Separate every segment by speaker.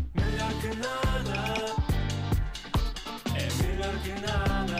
Speaker 1: que nada. É melhor que nada.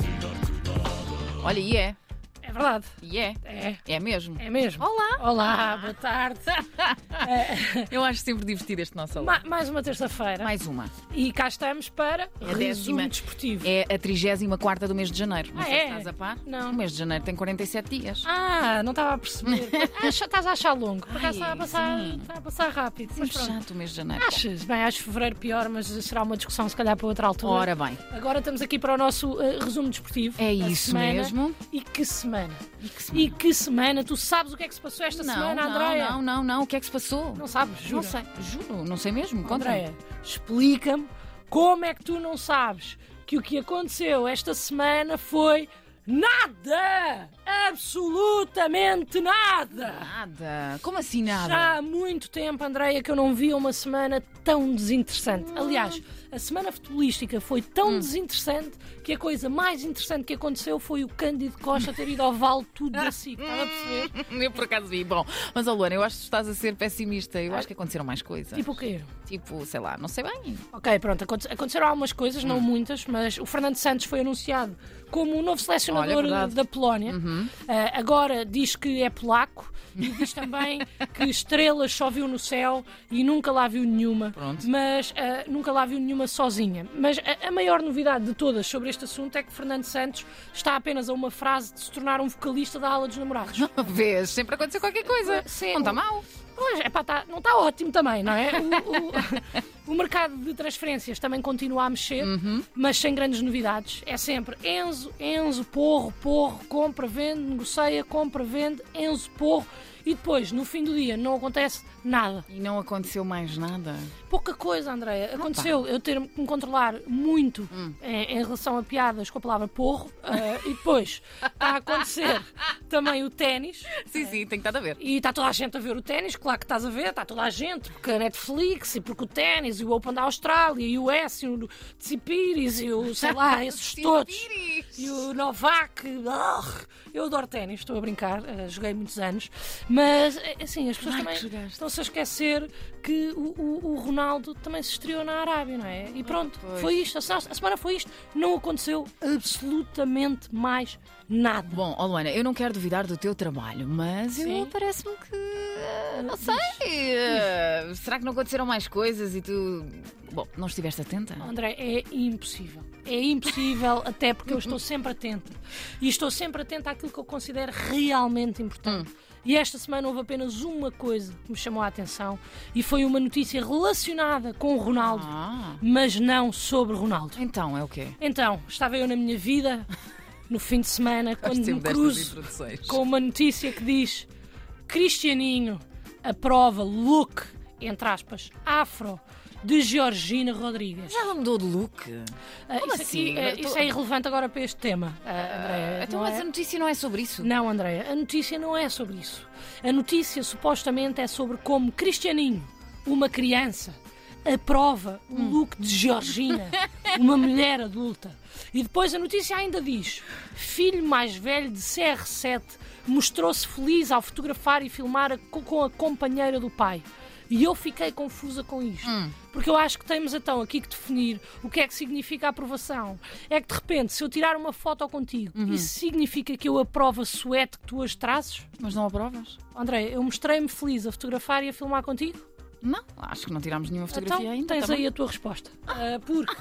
Speaker 1: Melhor que nada.
Speaker 2: Olha, e é.
Speaker 3: É verdade.
Speaker 2: E é.
Speaker 3: É.
Speaker 2: É mesmo.
Speaker 3: É mesmo.
Speaker 2: Olá!
Speaker 3: Olá, boa tarde. Eh,
Speaker 2: Eu acho sempre divertido este nosso olá.
Speaker 3: ma- mais uma terça-feira.
Speaker 2: Mais uma.
Speaker 3: E cá estamos para
Speaker 2: décima.
Speaker 3: resumo desportivo.
Speaker 2: É a 34 do mês de janeiro. Não
Speaker 3: Ah,
Speaker 2: sei se
Speaker 3: é?
Speaker 2: estás a par.
Speaker 3: Não.
Speaker 2: O mês de janeiro tem 47 dias.
Speaker 3: Ah, não estava a perceber. Acha- Estás a achar longo. Por acaso
Speaker 2: Ai,
Speaker 3: está a passar,
Speaker 2: sim.
Speaker 3: está a passar rápido.
Speaker 2: Mas
Speaker 3: Mas pronto.
Speaker 2: chato o mês de janeiro.
Speaker 3: Achas? Bem, acho fevereiro pior, mas será uma discussão se calhar para outra altura.
Speaker 2: Ora bem,
Speaker 3: Agora estamos aqui para o nosso eh, resumo desportivo.
Speaker 2: é
Speaker 3: da
Speaker 2: isso
Speaker 3: semana.
Speaker 2: mesmo.
Speaker 3: E que semana?
Speaker 2: E que
Speaker 3: E que semana? Tu sabes o que é que se passou esta
Speaker 2: não,
Speaker 3: semana,
Speaker 2: não,
Speaker 3: Andréia?
Speaker 2: não, não, não. O que é que se passou?
Speaker 3: Não sabes? Jura?
Speaker 2: Não sei, juro, não sei mesmo. Conta.
Speaker 3: Andréia, explica-me como é que tu não sabes que o que aconteceu esta semana foi nada! Absolutamente nada!
Speaker 2: Nada. Como assim nada?
Speaker 3: Já há muito tempo, Andreia, que eu não via uma semana tão desinteressante. Aliás, a semana futebolística foi tão desinteressante que a coisa mais interessante que aconteceu foi o Cândido Costa ter ido ao vale tudo da SIC. Estás a perceber?
Speaker 2: Eu por acaso vi. Bom, mas ó Luana, eu acho que tu estás a ser pessimista. Eu acho que aconteceram mais coisas.
Speaker 3: Tipo o quê?
Speaker 2: Tipo, sei lá, não sei bem.
Speaker 3: Ok, pronto, aconte- aconteceram algumas coisas,
Speaker 2: Hum.
Speaker 3: não muitas, mas o Fernando Santos foi anunciado como o novo
Speaker 2: Olha, é
Speaker 3: selecionador
Speaker 2: verdade. Uhum.
Speaker 3: da Polónia. Ah, agora diz que é polaco e diz também que estrelas só viu no céu e nunca lá viu nenhuma,
Speaker 2: Pronto.
Speaker 3: mas ah, nunca lá viu nenhuma sozinha. Mas eh, a, a maior novidade de todas sobre este assunto é que Fernando Santos está apenas a uma frase de se tornar um vocalista da ala dos namorados.
Speaker 2: Vês, sempre aconteceu qualquer coisa.
Speaker 3: Sim.
Speaker 2: Não está mal.
Speaker 3: Pois, epá, tá- não está ótimo também, não é? O, o- o mercado de transferências também continua a mexer, mas sem grandes novidades. É sempre Enzo, Enzo, Porro, Porro, compra, vende, negocia, compra, vende, Enzo, Porro. E depois, no fim do dia, não acontece nada.
Speaker 2: E não aconteceu mais nada.
Speaker 3: Pouca coisa, Andréia. Aconteceu eu ter que me controlar muito eh, em, em relação a piadas com a palavra porro. eh, e depois está a acontecer também o ténis.
Speaker 2: Sim, sim, tem que estar a ver.
Speaker 3: E está toda a gente a ver o ténis, claro que estás a ver, está toda a gente, porque a Netflix e porque o ténis e o Open da Austrália e o S e o Tsipiris e o sei lá, esses todos.
Speaker 2: Tiris.
Speaker 3: E o Novak, ah, eu adoro ténis, estou a brincar, eh, joguei muitos anos, mas eh, assim, as pessoas
Speaker 2: Ai, que
Speaker 3: também
Speaker 2: jogaste.
Speaker 3: estão-se a esquecer que o, o- o Ronaldo também se estreou na Arábia, não é? E pronto,
Speaker 2: Ah, pois.
Speaker 3: foi isto, a se- a semana foi isto, não aconteceu absolutamente mais nada.
Speaker 2: Bom, ó Luana, eu não quero duvidar do teu trabalho, mas eu
Speaker 3: Sim.
Speaker 2: parece-me que. eh, Não sei. eh, Será que não aconteceram mais coisas e tu. Bom, não estiveste atenta?
Speaker 3: André, é impossível. É impossível, até porque eu estou sempre atenta. E estou sempre atenta àquilo que eu considero realmente importante.
Speaker 2: Hum.
Speaker 3: E esta semana houve apenas uma coisa que me chamou a atenção e foi uma notícia relacionada com o Ronaldo,
Speaker 2: Ah.
Speaker 3: mas não sobre Ronaldo.
Speaker 2: Então, é o quê?
Speaker 3: Então, estava eu na minha vida, no fim de semana, quando
Speaker 2: Gosto
Speaker 3: me
Speaker 2: sempre destas
Speaker 3: cruzo
Speaker 2: introduções.
Speaker 3: com uma notícia que diz Cristianinho aprova look, entre aspas, afro, de Georgina Rodrigues.
Speaker 2: Já ela mudou de look.
Speaker 3: Ah,
Speaker 2: Como
Speaker 3: isso
Speaker 2: assim?
Speaker 3: aqui, ah,
Speaker 2: Eu tô-
Speaker 3: Isso é irrelevante agora para este tema, ah, Andréia.
Speaker 2: Então,
Speaker 3: não,
Speaker 2: mas
Speaker 3: é?
Speaker 2: a notícia não é sobre isso.
Speaker 3: não, Andréia, a notícia não é sobre isso. A notícia supostamente é sobre como Cristianinho, uma criança, aprova o
Speaker 2: Hum.
Speaker 3: look de Georgina, uma mulher adulta. E depois a notícia ainda diz: filho mais velho de CR7 mostrou-se feliz ao fotografar e filmar a- co- com a companheira do pai. E eu fiquei confusa com isto.
Speaker 2: Hum.
Speaker 3: Porque eu acho que temos então aqui que definir o que é que significa a aprovação. É que de repente, se eu tirar uma foto contigo,
Speaker 2: Uhum.
Speaker 3: isso significa que eu aprovo a suete que tu hoje trazes?
Speaker 2: Mas não aprovas?
Speaker 3: André, eu mostrei-me feliz a fotografar e a filmar contigo?
Speaker 2: Não, acho que não tirámos nenhuma fotografia
Speaker 3: então,
Speaker 2: ainda.
Speaker 3: tens
Speaker 2: tá
Speaker 3: aí a tua resposta. Ah, porque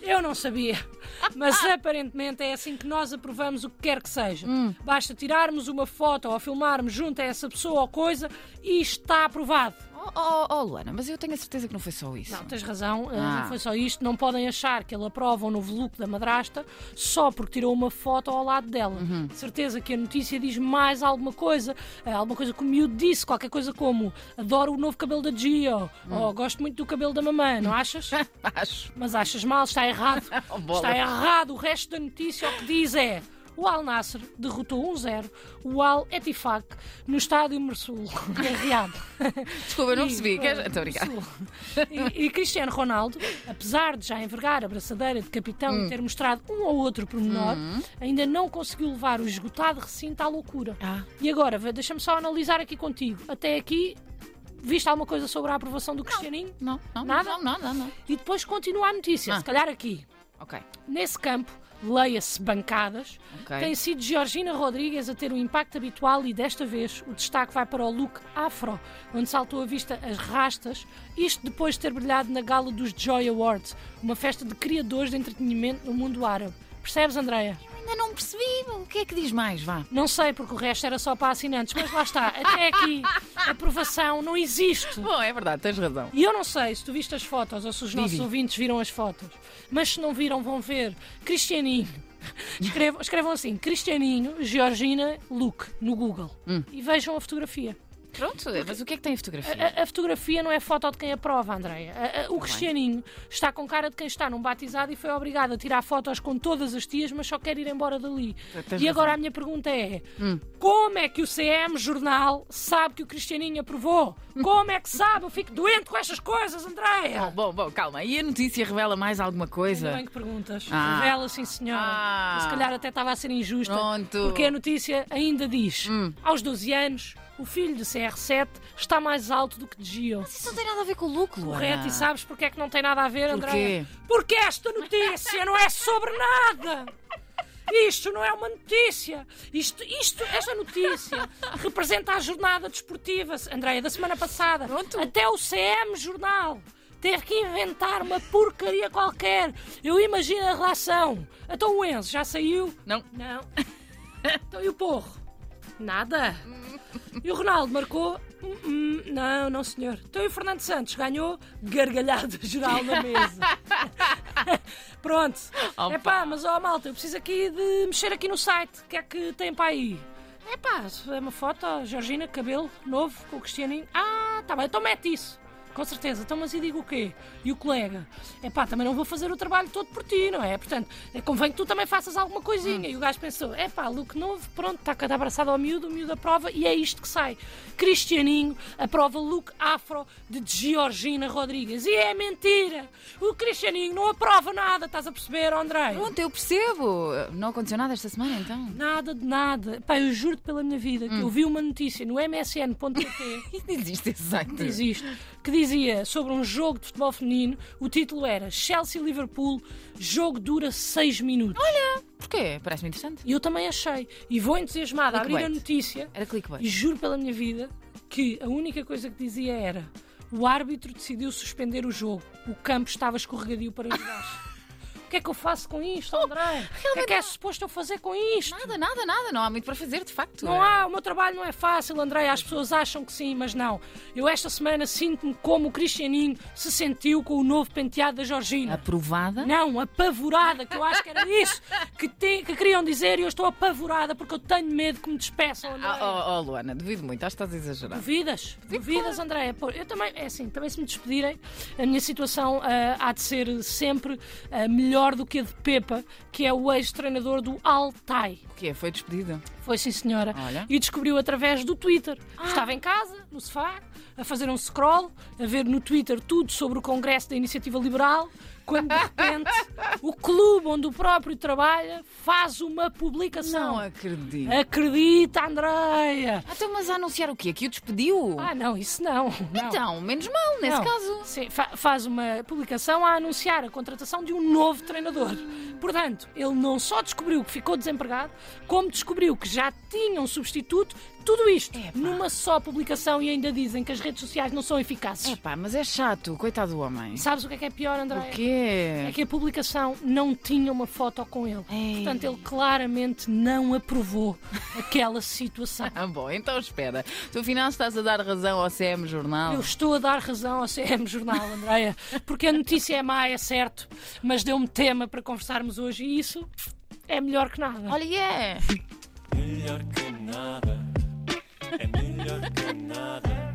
Speaker 3: eu não sabia. Mas aparentemente é assim que nós aprovamos o que quer que seja.
Speaker 2: Hum.
Speaker 3: Basta tirarmos uma foto ou filmarmos junto a essa pessoa ou coisa e está aprovado.
Speaker 2: Oh, oh, oh, Luana, mas eu tenho a certeza que não foi só isso.
Speaker 3: Não, tens razão, eh,
Speaker 2: Ah.
Speaker 3: não foi só isto. Não podem achar que ele aprova o novo look da madrasta só porque tirou uma foto ao lado dela. De certeza que a notícia diz mais alguma coisa, eh, alguma coisa que o miúdo disse, qualquer coisa como adoro o novo cabelo da Gio, ou gosto muito do cabelo da mamãe, não achas?
Speaker 2: Acho.
Speaker 3: Mas achas mal, está errado.
Speaker 2: Oh, bola.
Speaker 3: está errado. O resto da notícia o que diz é. O Al Nasser derrotou 1-0 o Al Etifak no estádio Mersul, em Riad.
Speaker 2: Desculpa, eu não
Speaker 3: E,
Speaker 2: percebi.
Speaker 3: eh,
Speaker 2: Queres... Então, Estou a brincar.
Speaker 3: sou. E, e Cristiano Ronaldo, apesar de já envergar a braçadeira de capitão
Speaker 2: Hum.
Speaker 3: e ter mostrado um ou outro pormenor, ainda não conseguiu levar o esgotado recinto à loucura.
Speaker 2: Ah.
Speaker 3: E agora, vê, deixa-me só analisar aqui contigo. Até aqui, viste alguma coisa sobre a aprovação do Cristianinho?
Speaker 2: Não, não,
Speaker 3: Nada?
Speaker 2: não, não, não, não.
Speaker 3: E depois continua a notícia,
Speaker 2: Ah.
Speaker 3: se calhar aqui.
Speaker 2: Ok,
Speaker 3: Nesse campo, leia-se bancadas,
Speaker 2: Ok.
Speaker 3: tem sido Georgina Rodrigues a ter o impacto habitual e desta vez o destaque vai para o look afro, onde saltou à vista as rastas, isto depois de ter brilhado na gala dos Joy Awards, uma festa de criadores de entretenimento no mundo árabe. Percebes, Andreia?
Speaker 2: ainda não percebi. O que é que diz mais? Vá.
Speaker 3: Não sei, porque o resto era só para assinantes, mas lá está, até aqui, aprovação não existe.
Speaker 2: Bom, é verdade, tens razão.
Speaker 3: E eu não sei se tu viste as fotos ou se os nossos
Speaker 2: Vivi.
Speaker 3: ouvintes viram as fotos, mas se não viram, vão ver. Cristianinho. Escrevam, escrevam assim: Cristianinho, Georgina, Luke, no Google. E vejam a fotografia.
Speaker 2: Pronto, mas o que é que tem a fotografia?
Speaker 3: A, a fotografia não é foto de quem aprova, Andreia. A- a- o Cristianinho está com cara de quem está num batizado e foi obrigado a tirar fotos com todas as tias, mas só quer ir embora dali.
Speaker 2: eh, Tens
Speaker 3: E agora a minha pergunta é: como é que o CM Jornal sabe que o Cristianinho aprovou? Como é que sabe? Eu fico doente com estas coisas, Andreia!
Speaker 2: Bom, bom, calma. E a notícia revela mais alguma
Speaker 3: Ainda
Speaker 2: coisa?
Speaker 3: bem que perguntas.
Speaker 2: é. Ah.
Speaker 3: Revela, sim, senhora.
Speaker 2: Ah.
Speaker 3: Se calhar até estava a ser injusta.
Speaker 2: Pronto. Hum.
Speaker 3: Porque a notícia ainda diz: aos 12 anos, o filho de CR7 está mais alto do que de Gio.
Speaker 2: Isso não tem nada a ver com o lucro.
Speaker 3: Correto, e sabes porque é que não tem nada a ver,
Speaker 2: Por
Speaker 3: Andréia?
Speaker 2: quê?
Speaker 3: Porque esta notícia não é sobre nada! Isto não é uma notícia! Isto, isto, esta notícia representa a jornada desportiva, Andréia, da semana passada.
Speaker 2: Pronto.
Speaker 3: Até o CM Jornal teve que inventar uma porcaria qualquer. Eu imagino a relação. Então o Enzo já saiu?
Speaker 2: Não.
Speaker 3: Não. Então e o Porro? Nada.
Speaker 2: Hum.
Speaker 3: E o Ronaldo marcou? Hum, hum, não, não senhor. Então e o Fernando Santos ganhou? Gargalhada geral na mesa. Pronto.
Speaker 2: Opa.
Speaker 3: É pá, mas ó malta, eu preciso aqui de mexer aqui no site. O que é que tem para aí? É pá, é uma foto, Georgina, cabelo novo, com o Cristianinho. Ah, tá bem, então mete isso. Com certeza, então mas e digo o quê? E o colega? É pá, também não vou fazer o trabalho todo por ti, não é? Portanto, é, convém que tu também faças alguma coisinha. E o gajo pensou: é pá, look novo, pronto, está cada abraçado ao miúdo, o miúdo aprova e é isto que sai. Cristianinho aprova look afro de Georgina Rodrigues. E é mentira! O Cristianinho não aprova nada, estás a perceber, André?
Speaker 2: Pronto, eu percebo. Não aconteceu nada esta semana, então?
Speaker 3: Nada de nada. Pá, eu juro pela minha vida que eu vi uma notícia no msn.pt
Speaker 2: Existe esse site.
Speaker 3: diz isto, que dizia sobre um jogo de futebol feminino, o título era Chelsea-Liverpool, jogo dura 6 minutos.
Speaker 2: Porquê? Parece-me interessante.
Speaker 3: E eu também achei. E vou entusiasmada a abrir a
Speaker 2: Clickbait.
Speaker 3: notícia
Speaker 2: Era
Speaker 3: e
Speaker 2: clickbait.
Speaker 3: juro pela minha vida que a única coisa que dizia era o árbitro decidiu suspender o jogo. O campo estava escorregadio para os gajos. O que é que eu faço com isto, André? O que é que é suposto eu fazer com isto?
Speaker 2: Nada, nada, nada. Não há muito para fazer, de facto.
Speaker 3: Não há, o meu trabalho não é fácil, Andréia. As pessoas acham que sim, mas não. Eu esta semana sinto-me como o Cristianinho se sentiu com o novo penteado da Georgina.
Speaker 2: Aprovada?
Speaker 3: Não, apavorada, que eu acho que era isso que, te- que queriam dizer e eu estou apavorada porque eu tenho medo que me despeçam, Andréia.
Speaker 2: Ah, oh, oh, Luana, duvido muito. Acho que estás a exagerar.
Speaker 3: Duvidas? Duvidas, Andréia? Pô, eu também, é assim, também se me despedirem, a minha situação ah, há de ser sempre ah, melhor do que a de Pepa, que é o ex-treinador do Altai.
Speaker 2: O quê? Foi despedida?
Speaker 3: Foi sim, senhora.
Speaker 2: Olha.
Speaker 3: E descobriu através do Twitter. Estava em casa, no sofá, a fazer um scroll, a ver no Twitter tudo sobre o Congresso da Iniciativa Liberal, quando de repente o clube onde o próprio trabalha faz uma publicação.
Speaker 2: Não acredito.
Speaker 3: Acredita, Andreia!
Speaker 2: Então, mas a anunciar o quê? Que o despediu?
Speaker 3: Ah, não, isso não. não.
Speaker 2: Então, menos mal, nesse
Speaker 3: Não.
Speaker 2: caso.
Speaker 3: Sim, fa- faz uma publicação a anunciar a contratação de um novo treinador. Portanto, ele não só descobriu que ficou desempregado, como descobriu que já tinha um substituto, tudo isto
Speaker 2: Epá.
Speaker 3: numa só publicação e ainda dizem que as redes sociais não são eficazes.
Speaker 2: Epá, mas é chato. Coitado do homem.
Speaker 3: Sabes o que é que é pior, André?
Speaker 2: O quê?
Speaker 3: É que a publicação não tinha uma foto com ele.
Speaker 2: Ei.
Speaker 3: Portanto, ele claramente não aprovou aquela situação.
Speaker 2: Ah, bom, então espera. Tu afinal estás a dar razão ao CM Jornal.
Speaker 3: Eu estou a dar razão ao CM Jornal, Andréia, porque a notícia é má, é certo, mas deu-me tema para conversarmos hoje e isso é melhor que nada.
Speaker 2: Olha, yeah.
Speaker 1: Melhor que nada, é melhor que nada.